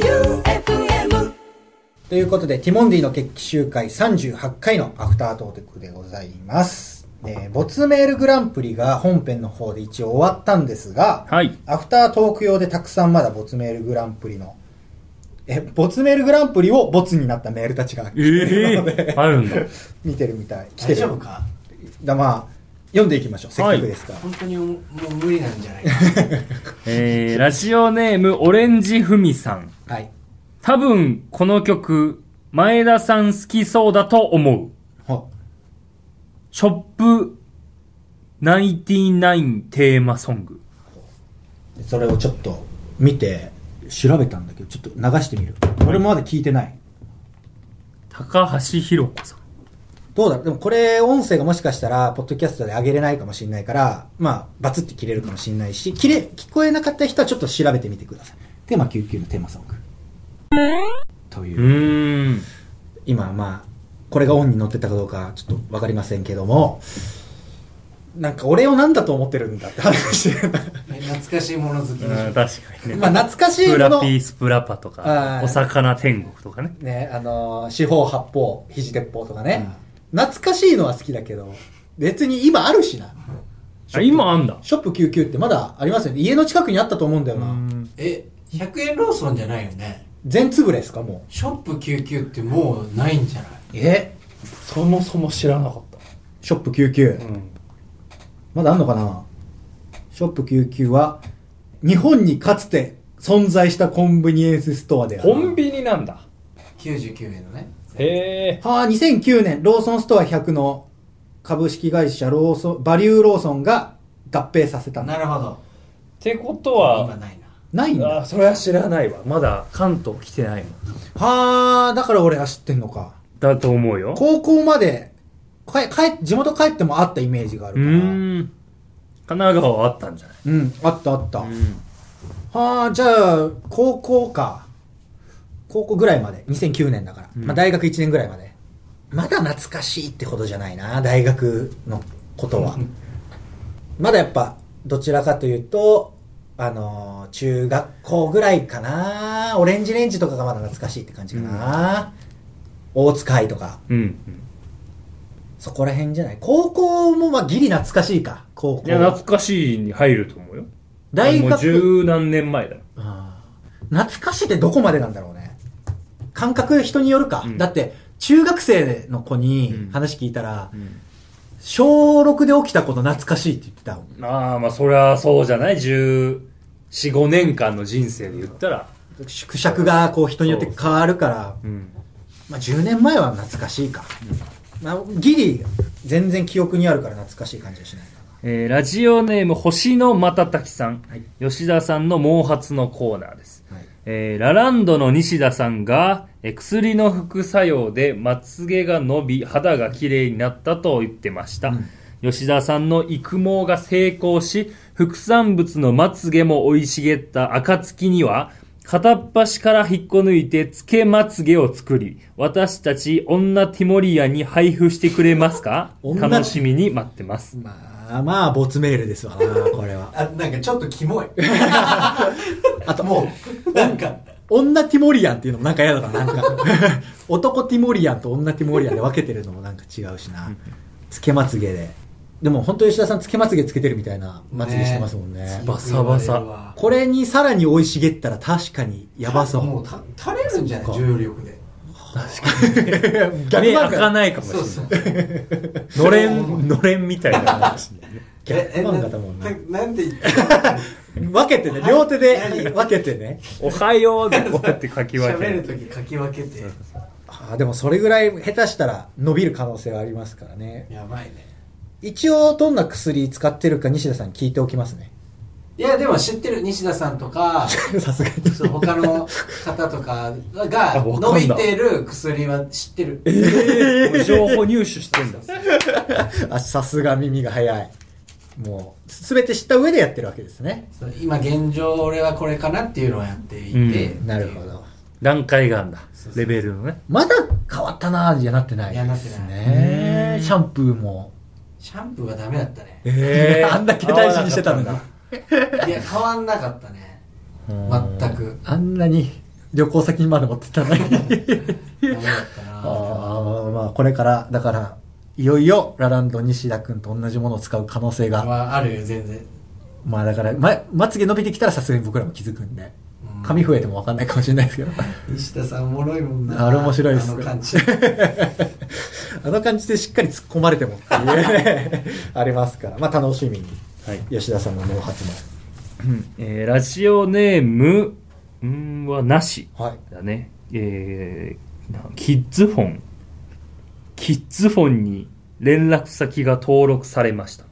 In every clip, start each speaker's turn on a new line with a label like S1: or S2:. S1: J-O-E-U-F-M
S2: ということで、ティモンディの決起集会38回のアフタートークでございます。えー、ボツメールグランプリが本編の方で一応終わったんですが、
S3: はい。
S2: アフタートーク用でたくさんまだボツメールグランプリの、え、ボツメールグランプリをボツになったメールたちが来てるの で、
S3: あるんだ。
S2: 見てるみたい。来て
S4: 大
S2: る。
S4: 丈夫か
S2: だまあ、読んでいきましょう。せっかくですから。
S4: 本当にもう無理なんじゃないか
S3: えー、ラジオネーム、オレンジふみさん。
S2: はい。
S3: 多分、この曲、前田さん好きそうだと思う。
S2: ほ
S3: ショップ、ナインティナインテーマソング。
S2: でそれをちょっと見て、調べたんだけど、ちょっと流してみる。俺もまだ聞いてない。
S3: 高橋弘子さん。
S2: どうだろうでもこれ音声がもしかしたら、ポッドキャストで上げれないかもしれないから、まあ、バツって切れるかもしれないし、切れ、聞こえなかった人はちょっと調べてみてください。テーマ99のテーマソング。というう、
S3: ーん。
S2: 今まあ、これがオンに乗ってたかどうかちょっとわかりませんけども、なんか俺を何だと思ってるんだって話。
S4: え懐かしいもの好きでしょ
S3: うん確かにね。
S2: まあ、懐かしい
S3: スプ
S2: も
S3: ラ
S2: の
S3: ピ、ースプラパとか
S2: あ、ー
S3: お魚天国とかね。
S2: ね、あのー四方八方、肘鉄砲とかね、懐かしいのは好きだけど、別に今あるしな。
S3: あ今あんだ。
S2: ショップ99ってまだありますよね。家の近くにあったと思うんだよ
S3: う
S2: な。
S3: ん
S4: え100円ローソンじゃないよね
S2: 全粒ですか、も。
S4: ショップ99ってもうないんじゃないう
S2: え
S3: そもそも知らなかっ
S2: ショップ99。
S3: た。うん。
S2: まだあんのかなショップ99は、日本にかつて存在したコンビニエンスストアである。
S3: コンビニなんだ。
S4: 99円のね
S3: へえ。
S2: はあ、2009年、ローソンストア100の株式会社ローソン、バリューローソンが合併させたんだ
S4: なるほど
S3: ってこと
S4: 今
S3: は、
S4: ないな
S2: ないんだ。
S3: あーそれは知らないわ。まだ関東来てないもん。
S2: はあ、だから俺は知ってんのか。
S3: だと思うよ。
S2: 高校まで、かえ帰地元帰ってもあったイメージがある
S3: う
S2: から。
S3: ーん。神奈川はあったんじゃない
S2: うん、あったあった。
S3: うん。
S2: はあ、じゃあ、高校か。高校ぐらいまで。2009年だから。
S3: うん
S2: まあ大学1年ぐらいまで。まだ懐かしいってことじゃないな、大学のことは。まだやっぱ、どちらかというと、あのー中学校ぐらいかな。オレンジレンジとかがまだ懐かしいって感じかな。大塚愛とか。
S3: うん。
S2: そこら辺じゃない。高校もまあギリ懐かしいか。高
S3: いや、
S2: 校。
S3: 懐かしいに入ると思うよ。
S2: 大
S3: もう
S2: 学。
S3: 十何年前だよ。
S2: あー懐かしいってどこまでなんだろうね。感覚人によるか。
S3: うん
S2: だって、中学生の子
S3: う
S2: に
S3: ん
S2: 話聞いたら、小6で起きたこと懐かしいって言ってたもん。
S3: ああ、まあそりゃそうじゃない ?14、5年間の人生で言ったら。
S2: 縮尺がこう人によって変わるから、
S3: うん。
S2: まあ10年前は懐かしいか。まあギリ、全然記憶にあるから懐かしい感じはしないか
S3: えーラジオネーム星の瞬きさん、
S2: はい
S3: 吉田さんの毛髪のコーナーです、
S2: な。はい。
S3: えーラランドの西田さんが、えー薬の副作用でまつげが伸び肌が綺麗になったと言ってました、
S2: うん
S3: 吉田さんの育毛が成功し副産物のまつげも生い茂った暁には片っ端から引っこ抜いてつけまつげを作り私たち女ティモリアに配布してくれますか
S2: 女
S3: 楽しみに待ってます
S2: まあまあ、没メールですわな、これは。
S4: あなんかちょっとキモい
S2: あと、もう、
S4: なんか
S2: 女ティモリアンっていうのもなんか嫌だな、 なんか。男ティモリアンと女ティモリアンで分けてるのもなんか違うしな。つけまつげで。でも本当吉田さんつけまつげつけてるみたいなまつげしてますもんね。
S4: ね
S3: バサバサ
S4: よく言われるわ
S2: これにさらに生い茂ったら確かにやばそう。
S4: もうた垂れるんじゃな
S2: そっ
S4: い
S2: か
S4: 重力で
S2: 逆漫
S3: 目開か
S2: 画。
S3: ないかもしれ
S4: そうそう
S3: ない。のれん、のれんみたいな話ね。
S2: 逆
S4: ええ
S2: 漫画だもん
S4: な
S2: ね。
S4: ななんて言ったの
S2: 分けてね、両手で分けてね。
S3: おはようでこうや って書き分け
S4: 喋る
S3: る。
S4: とき書き分けて
S2: あーでもそれぐらい下手したら伸びる可能性はありますからね。
S4: やばいね
S2: 一応どんな薬使ってるか西田さんに聞いておきますね。
S4: いやでも知ってる西田さんとか
S2: さすがに。
S4: そう他の方とか
S3: あわか
S4: が
S3: ん
S4: 伸
S3: だ
S4: びてる薬は知ってる
S3: もう情報入手してんだ。
S2: あさすが耳が早いもうすべて知った上でやってるわけですね
S4: そう今現状俺はこれかなっていうのをやっていて、
S3: う
S2: なるほど
S3: 段階があんだ
S4: そう。そう
S3: レベルのね。
S2: まだ変わったなーじゃなってない
S4: いやなって
S2: です
S4: ない
S2: ね
S3: うん
S2: シャンプーも
S4: シャンプーはダメだったね
S2: あんだけ大事にしてたのに
S4: いや変わんなかったね
S2: うん
S4: 全くく
S5: あんなに旅行先にまで持ってったの に
S4: ダメだったな
S5: ああまあこれからだからいよいよラランド西田君と同じものを使う可能性が
S4: はあるよ全然
S5: まあだからままつげ伸びてきたらさすがに僕らも気づくんで
S4: うん
S5: 髪増えても分かんないかもしれないですけど
S4: 西田さんおもろいもんな
S5: あれ面白いです
S4: あの感じ
S5: あの感じでしっかり突っ込まれてもっていうね
S2: ありますから、まあ楽しみに。
S3: はい
S2: 吉田さんの脳発
S3: うんえーラジオネームんーはなし
S2: も。はい。
S3: だねえーなキッズフォンキッズフォンに連絡先が登録されましたっ
S2: っ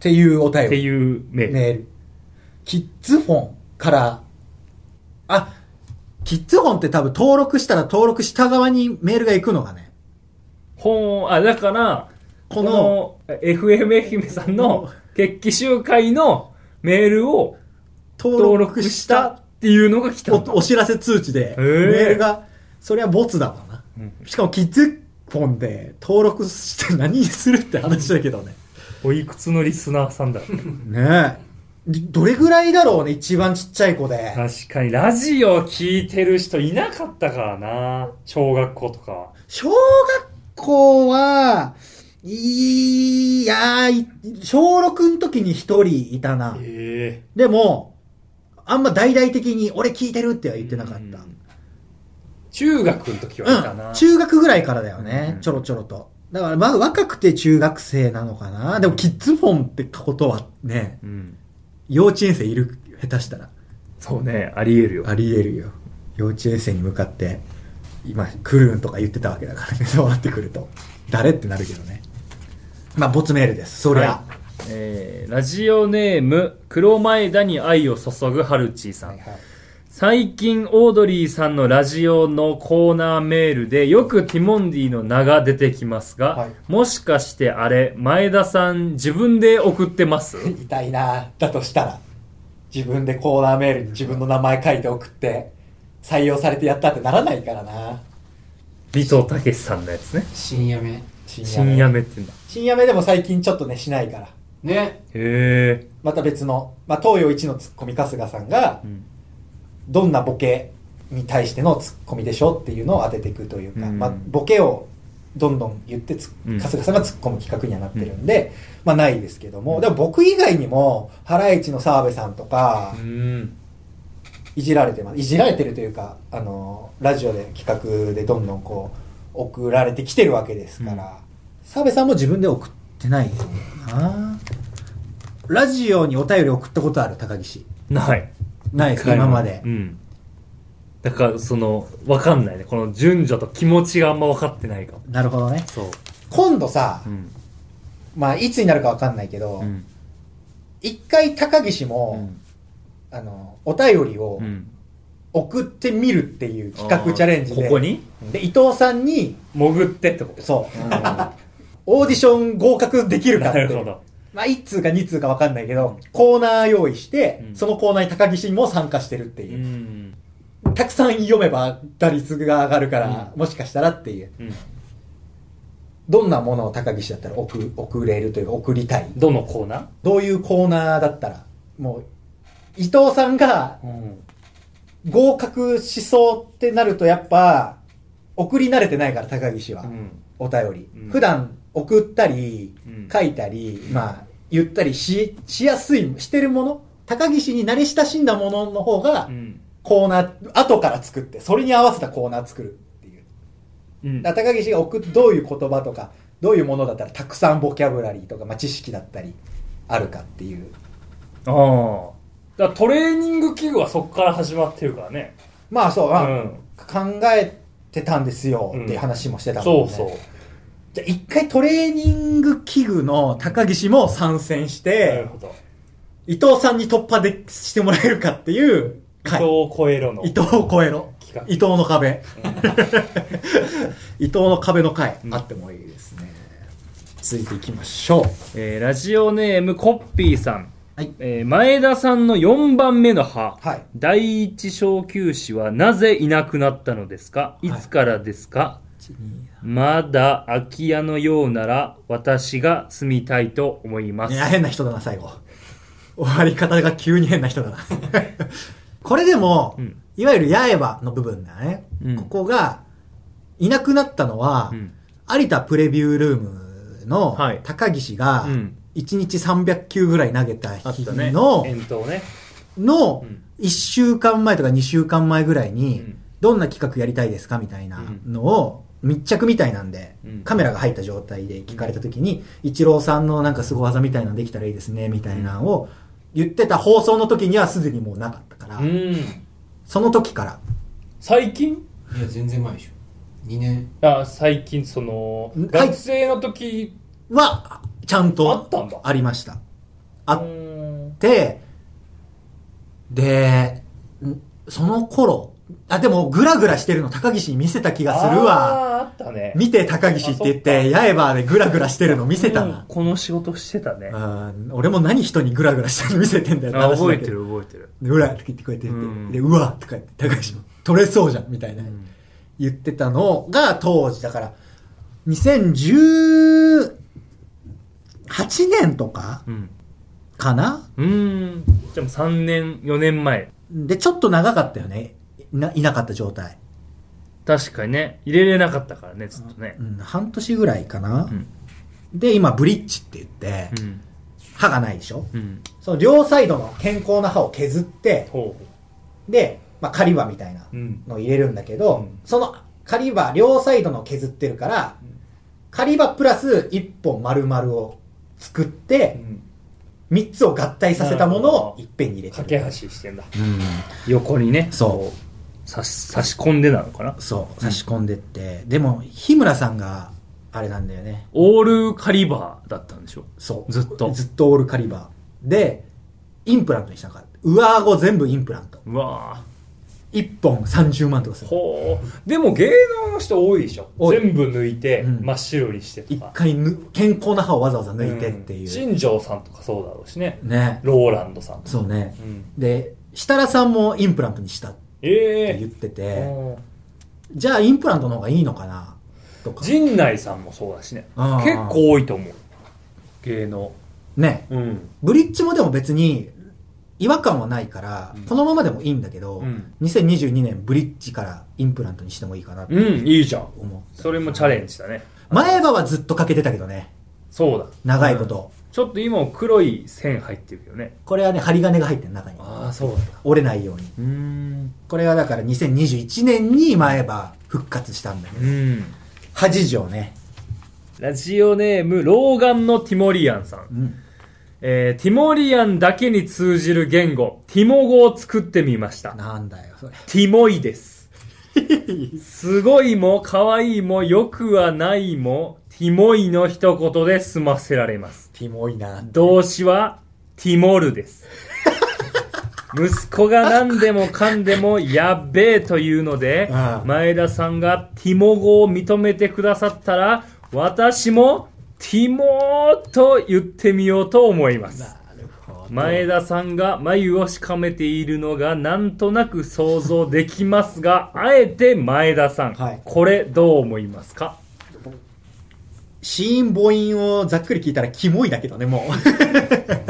S2: ていうお便
S3: て
S2: り。
S3: いうメール、
S2: メール。キッズフォンから、
S5: あキッズホンって多分登録したら登録した側にメールが行くのがね
S3: ほーあだから
S5: こ
S3: こ
S5: の
S3: の FM 愛媛さんの決起集会のメールを登
S5: 登
S3: 録
S5: 録
S3: し
S5: したた
S3: っていうのが来たんだ
S5: おお知らせ通知で
S3: へ
S5: メ
S3: ー
S5: ールがそれはボツだわな
S3: うん
S5: しかもキッズフォンで登録して何にするって話だけどね
S3: おいくつのリスナーさんだろう
S5: ねえ
S2: どれぐらいだろうね、一番ちっちゃい子で。
S3: 確かにラジオ聞いてる人いなかったからな小学校とか
S2: 小学校は、いやー、い小6の時に一人いたな。
S3: え
S2: でも、あんま大々的に俺聞いてるっては言ってなかった。
S3: うん中学の時はいたな、
S2: うん、中学ぐらいからだよね、
S3: うん
S2: ちょろちょろと。だから、まあ、若くて中学生なのかな。でも、キッズフォンってことはね、
S3: うん
S5: 幼稚園生いる下手したら
S3: そうねありえるよ
S2: あり得るよ。幼稚園生に向かって、今、クルーンとか言ってたわけだからね、 そうなってくると。誰ってなるけどね。まあ、ボツメールです。そりゃ。
S3: はいえーラジオネーム黒前田に愛を注ぐハルチーさん、最近オードリーさんのラジオのコーナーメールでよくティモンディの名が出てきますが、
S2: はい
S3: もしかしてあれ前田さん自分で送って ます
S2: 痛いなだとしたら。自分でコーナーメールに自分の名前書いて送って、採用されてやったってならないからな。
S3: 尾藤武さんのやつね
S4: 深夜目
S3: 深夜目ってんだ
S2: 深夜目でも最近ちょっとね、しないから。
S4: ね
S3: へえ
S2: また別の、まあ、東洋一のツッコミ春日さんが、
S3: ん
S2: どんなボケに対してのツッコミでしょっていうのを当てていくというか、
S3: うん
S2: まあ、ボケをどんどん言ってつ
S3: うん
S2: 春日さんが突っ込む企画にはなってるんで、まあないですけども、でも僕以外にも、ハライチの澤部さんとか
S3: う、ん
S2: いじられてます。いじられてるというか、あの、ラジオで企画でどんどんこう、送られてきてるわけですから、澤部さんも自分で送ってないと思うなラジオにお便り送ったことある、高岸。
S3: ない
S2: ないですか今まで
S3: う。んだからそのわかんないねこの順序と気持ちがあんま分かってないかも
S2: なるほどね。
S3: そう
S2: 今度さ
S3: う、ん
S2: まあ、いつになるかわかんないけど
S3: う、ん
S2: 一回高岸
S3: う
S2: も、
S3: ん
S2: あの、お便りを
S3: うん
S2: 送ってみるっていう企画チャレンジで、
S3: ここに
S2: で、伊藤さんに、
S3: 潜ってってこと
S2: そう、オーディション合格できるか
S3: な
S2: ってい
S3: る
S2: う
S3: ほど
S2: まあ、1通か2通か分かんないけど、コーナー用意して、
S3: うん
S2: そのコーナーに高岸も参加してるって
S3: う
S2: いう。
S3: ん
S2: たくさん読めば打率が上がるから、もしかしたらっていう。
S3: うん
S2: どんなものを高岸だったら送送れるというか、送りたい。
S3: どのコーナ
S2: どういうコーナーだったら、もう、伊藤さんが
S3: ーうん
S2: 合格しそうってなると、やっぱ、送り慣れてないから、高岸は。
S3: うん
S2: お便り。
S3: うん
S2: 普段送ったり
S3: うん、
S2: 書いたり、まあ、言ったりし、しやすい、してるもの、高岸に慣れ親しんだものの方が
S3: う、ん
S2: コーナー、後から作って、それに合わせたコーナー作るっていう。
S3: うん
S2: だから高岸が送っどういう言葉とか、どういうものだったら、たくさんボキャブラリーとか、まあ、知識だったり、あるかっていう。
S3: ああだからトレーニング器具はそこから始まってるからね
S2: まあそう、あ
S3: うん
S2: 考えてたんですよっていう話もしてたもんね。
S3: そうそう
S2: じゃあ一回トレーニング器具の高岸も参戦し
S3: な
S2: て
S3: る、ほど
S2: 伊藤さんに突破でしてもらえるかっていう
S3: 人
S2: 回。
S3: を超えろの
S2: 伊藤を超えろ
S3: 企画。
S2: 伊藤の壁。 伊藤の壁の回、あってもいいですね。続いていきましょう。
S3: えーラジオネームコッピーさん、
S2: はい
S3: えー前田さんの4番目の歯、
S2: はい
S3: 第一小休止はなぜいなくなったのですかいつからですか、まだ空き家のようなら私が住みたいと思いま
S2: い
S3: す
S2: や、変な人だな、最後。終わり方が急に変な人だな。 これでも、
S3: うん
S2: いわゆる八重歯の部分だね、
S3: うん
S2: ここが、いなくなったのは、
S3: うん
S2: 有田プレビュールームの
S3: はい
S2: 高岸が
S3: うん、
S2: 1日300球ぐらい投げた
S3: あっ
S2: 日
S3: たね
S2: の、
S3: 遠投ね
S2: の
S3: うん、
S2: 1週間前とか2週間前ぐらいに、
S3: うん
S2: どんな企画やりたいですかみたいなのを、密着みたいなんで
S3: うん、
S2: カメラが入った状態で聞かれた時に、一郎さんのなんか凄技みたいなのできたらいいですね、みたいなのを言ってた放送の時にはすでにもうなかったから
S3: う、ん
S2: その時から、
S3: 最近
S4: いや全然前でしょ2年
S3: あ最近その
S2: んはい
S3: 学生の時
S2: は、ちゃん
S3: あったんだ
S2: とありました。あ
S3: う
S2: っ
S3: ーん
S2: て、で、んその頃、あ、でも、グラグラしてるの高岸に見せた気がするわ。
S3: あーあったね
S2: 見て高岸って言って、八重歯でグラグラしてるの見せた
S3: うん
S2: な。
S3: この仕事してたね
S2: うん俺も何人にグラグラしてるの見せてんだよ
S3: あ
S2: 話だ
S3: 覚
S2: け
S3: えてる覚えてる
S2: でうらって言ってこうやって言って、
S3: うん
S2: で、うわとか言って、高橋も、取れそうじゃんみたいな、
S3: ん
S2: 言ってたのが当時、だから、2018年とか
S3: うん
S2: かな
S3: うーんでも3年4年前
S2: で、ちょっと長かったよね。いな、いなかった状態。
S3: 確かにね入れれなかったからねずっとね
S2: うん、半年ぐらいかな、
S3: うん
S2: で、今、ブリッジって言って、
S3: うん
S2: 歯がないでしょ
S3: うん
S2: その両サイドの健康な歯を削って、
S3: ほ
S2: で、まあ、狩り歯みたいな
S3: ううん
S2: のを入れるんだけど、
S3: うん
S2: その狩り歯両サイドの削ってるから、
S3: ん
S2: 狩り歯プラス1本丸々を作っ
S3: う
S2: て、
S3: ん
S2: 3つを合体させたものをいっぺんに入れて
S3: 架
S2: る。
S3: け橋してんだ
S2: うん、
S3: 横にね
S2: そ
S3: 差し差し込んでなのかな
S2: う、そう、差し込んでって。でも、日村さんが、あれなんだよね。
S3: オールカリバーだったんでしょ
S2: そう。
S3: ずっと
S2: ずっとオール狩り歯。で、インプラントにしたのから。上顎全部インプラント。
S3: うわ
S2: 1本30万とかす
S3: ー
S2: る。
S3: ほうでも芸能の人多いでしょ
S2: 多い
S3: 全部抜いて
S2: うん
S3: 真っ白にしてと
S2: 一
S3: か
S2: 回ぬ健康な歯をわざわざ抜いてって
S3: ん
S2: いう、
S3: 新庄さんとかそうだろうしね
S2: ね
S3: ローランドさんとか
S2: そうね
S3: うん
S2: で設楽さんもインプラントにしたって
S3: え
S2: 言
S3: え
S2: ってて、
S3: うん
S2: じゃあインプラントの方がいいのかなとか
S3: 陣内さんもそうだしね
S2: あー
S3: 結構多いと思う芸能
S2: ね
S3: うん
S2: ブリッジもでも別に違和感はないから、
S3: うん
S2: このままでもいいんだけど、
S3: うん
S2: 2022年ブリッジからインプラントにしてもいいかなと
S3: うんいいじゃん
S2: 思う、
S3: それもチャレンジだね
S2: 前歯はずっとかけてたけどね
S3: そうだ
S2: 長いこと、
S3: ちょっと今も黒い線入ってるけどね
S2: これはね針金が入ってる中に
S3: ああそうだ
S2: 折れないように
S3: うん
S2: これはだから2021年に前歯復活したんだけど
S3: うん
S2: 恥事情ね、
S3: ラジオネーム老眼のティモリアンさん
S2: うん、
S3: えーティモリアンだけに通じる言語、ティモ語を作ってみました。
S2: なんだよそれ
S3: ティモイ です。すごいも、可愛いも、よくはないも、ティモイの一言で済ませられます。
S2: キモいな
S3: 動詞は、ティモルです。息子が何でもかんでも、やっべえというので
S2: ああ、
S3: 前田さんがティモ語を認めてくださったら、私も、ティモーと言ってみようと思います。前田さんが眉をしかめているのがなんとなく想像できますが、あえて前田さん、
S2: はい
S3: これどう思いますか
S2: 死因母音をざっくり聞いたらキモいだけどねも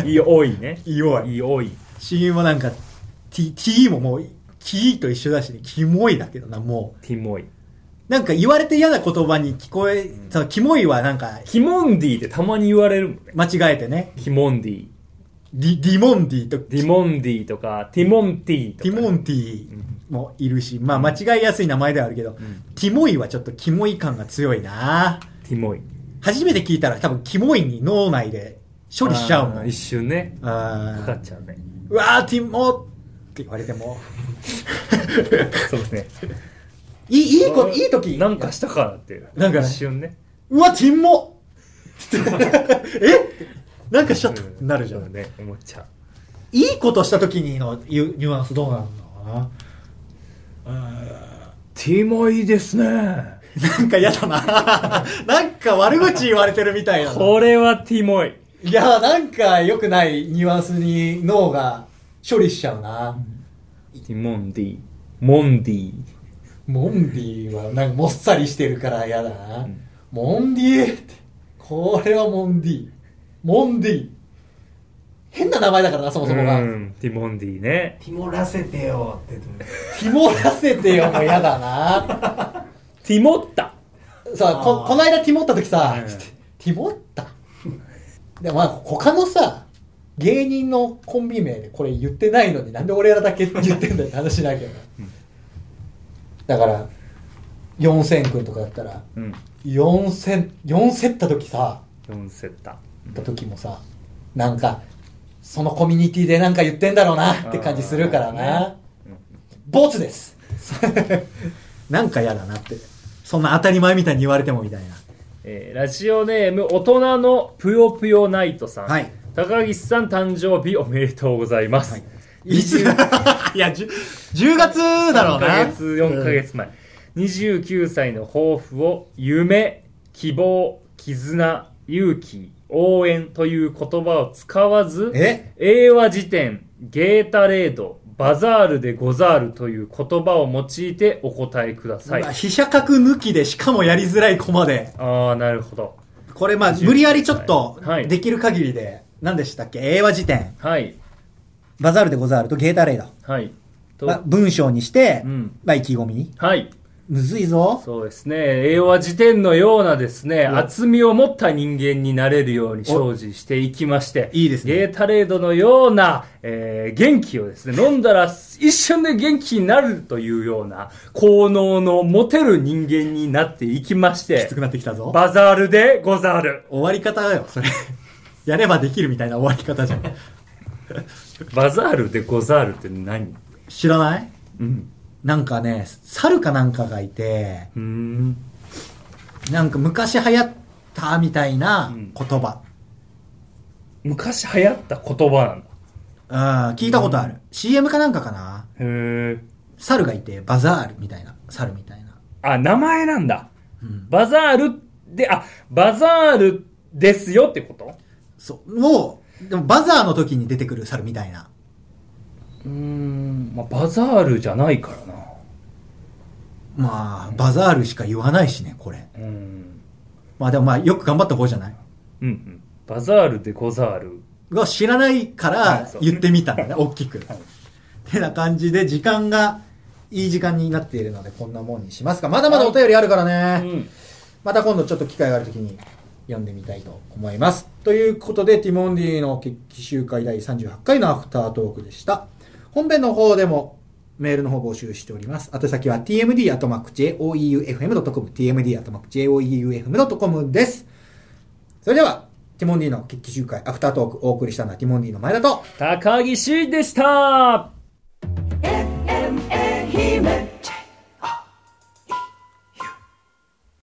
S3: いおいね。
S2: ういよ
S3: いおい。
S2: 死因もなんか T, T ももうキーと一緒だしねキモいだけどなもう
S3: ティモイ。
S2: なんか言われて嫌な言葉に聞こえ、そのキモいはなんか
S3: ティモンディってたまに言われるもんね。
S2: 間違えてね
S3: ティモンディ。
S2: ディディモンディと
S3: ディモンディとか、ティモンティとか
S2: テ
S3: ね、
S2: ィモンティもいるし、まあ間違いやすい名前ではあるけど、
S3: ん
S2: ティモイはちょっとキモい感が強いな
S3: ティモイ。
S2: 初めて聞いたら多分キモいに脳内で処理しちゃうも
S3: あ
S2: ん
S3: ー一瞬ね。
S2: あ
S3: か
S2: ー
S3: かっちゃうね。
S2: うわー、ティモって言われても、
S3: そうですね。
S2: いい、いい子、いい時。
S3: なんかしたからっていう。
S2: なんかね
S3: 一瞬ね。
S2: うわ、ティモ えなんかしちゃったってなるじゃ。
S3: うんね、思っちゃう。
S2: いいことした時にのニュニュアンスどうなるの
S3: ティモイですね。
S2: かななんか嫌だな。 なんか悪口言われてるみたいな。
S3: これはティモイ。
S2: いや、なんか良くないニュアンスに脳が処理しちゃうな。
S3: ティモンディ。モンディ。
S2: モンディはなんかもっさりしてるから嫌だな。
S3: ん
S2: モンディって。これはモンディ。モンディ。
S6: 変な名前だからな、そもそもが。
S3: うんティモンディね
S4: ティモらせてよって
S6: ティモらせてよ、もう嫌だな。
S3: ティモッタ
S6: さあ、こ、この間ティモった時さ
S3: うん、
S6: ティモったでもまあ、他のさ、芸人のコンビ名でこれ言ってないのになんで俺らだけ言ってんだよって話しなきゃな。だから、四千君とかだったら、
S3: うん
S6: 四千、四セった時さ、
S3: 4セッタ
S6: った時もさなんかそのコミュニティでなんか言ってんだろうなって感じするからな、ボツです
S2: なんか嫌だなって。そんな当たり前みたいに言われてもみたいな。
S3: えーラジオネーム大人のぷよぷよナイトさん、
S2: はい
S3: 高岸さん誕生日おめでとうございます、
S2: いついや、10, 10月だろうな。
S3: 3ヶ月4ヶ月前、29歳の抱負を夢希望絆勇気応援という言葉を使わず
S7: え
S3: 英和辞典ゲータレードバザールでござるという言葉を用いてお答えください
S2: まあ飛車角抜きでしかもやりづらいコマで。
S3: ああなるほど
S2: これまあ、無理やりちょっと
S3: はい、
S2: できる限りで、何でしたっけ英和辞典。
S3: はい
S2: バザールでござるとゲータレード。
S3: はいと、
S2: まあ、文章にして、
S3: うん
S2: まあ、意気込みに。
S3: はい
S2: むずいぞ。
S3: そうですね英和辞典のようなですね厚みを持った人間になれるように精進していきまして
S2: いいですね
S3: ゲータレードのような、えー元気をですね飲んだら一瞬で元気になるというような効能の持てる人間になっていきまして
S2: きつくなってきたぞ。
S3: バザールでござる
S2: 終わり方だよ、それ。 やればできるみたいな終わり方じゃん。
S3: バザールでござるって何
S2: 知らない
S3: うん
S2: なんかね、猿かなんかがいて、
S3: うーん
S2: なんか昔流行ったみたいな
S3: うん
S2: 言葉。
S3: 昔流行った言葉なんだ
S2: うん、聞いたことある。CM かなんかかな
S3: へえ
S2: 猿がいて、バザールみたいな。猿みたいな。
S3: あ名前なんだ
S2: うん。
S3: バザールであバザールですよってこと
S2: そう。もう、でもバザーの時に出てくる猿みたいな。
S3: うーん、まあ、バザールじゃないからな
S2: まあ、バザールしか言わないしね、これ。
S3: うん
S2: まあでもまあ、よく頑張った方じゃない
S3: うんうんバザールでござる
S2: が知らないか
S3: はい
S2: ら
S3: そう
S2: 言ってみた んだね、大きく。てな感じで、時間がいい時間になっているので、こんなもんにしますか。まだまだお便りあるからね。
S3: うん
S2: また今度ちょっと機会があるときに読んでみたいと思います。ということで、ティモンディの決起集会第38回のアフタートークでした。本編の方でもメールの方募集しております。宛先は tmd.joeufm.com、tmd.joeufm.com です。それでは、ティモンディの決起集会アフタートークお送りしたのはティモンディの前田と、
S3: 高岸でした
S1: FM 愛媛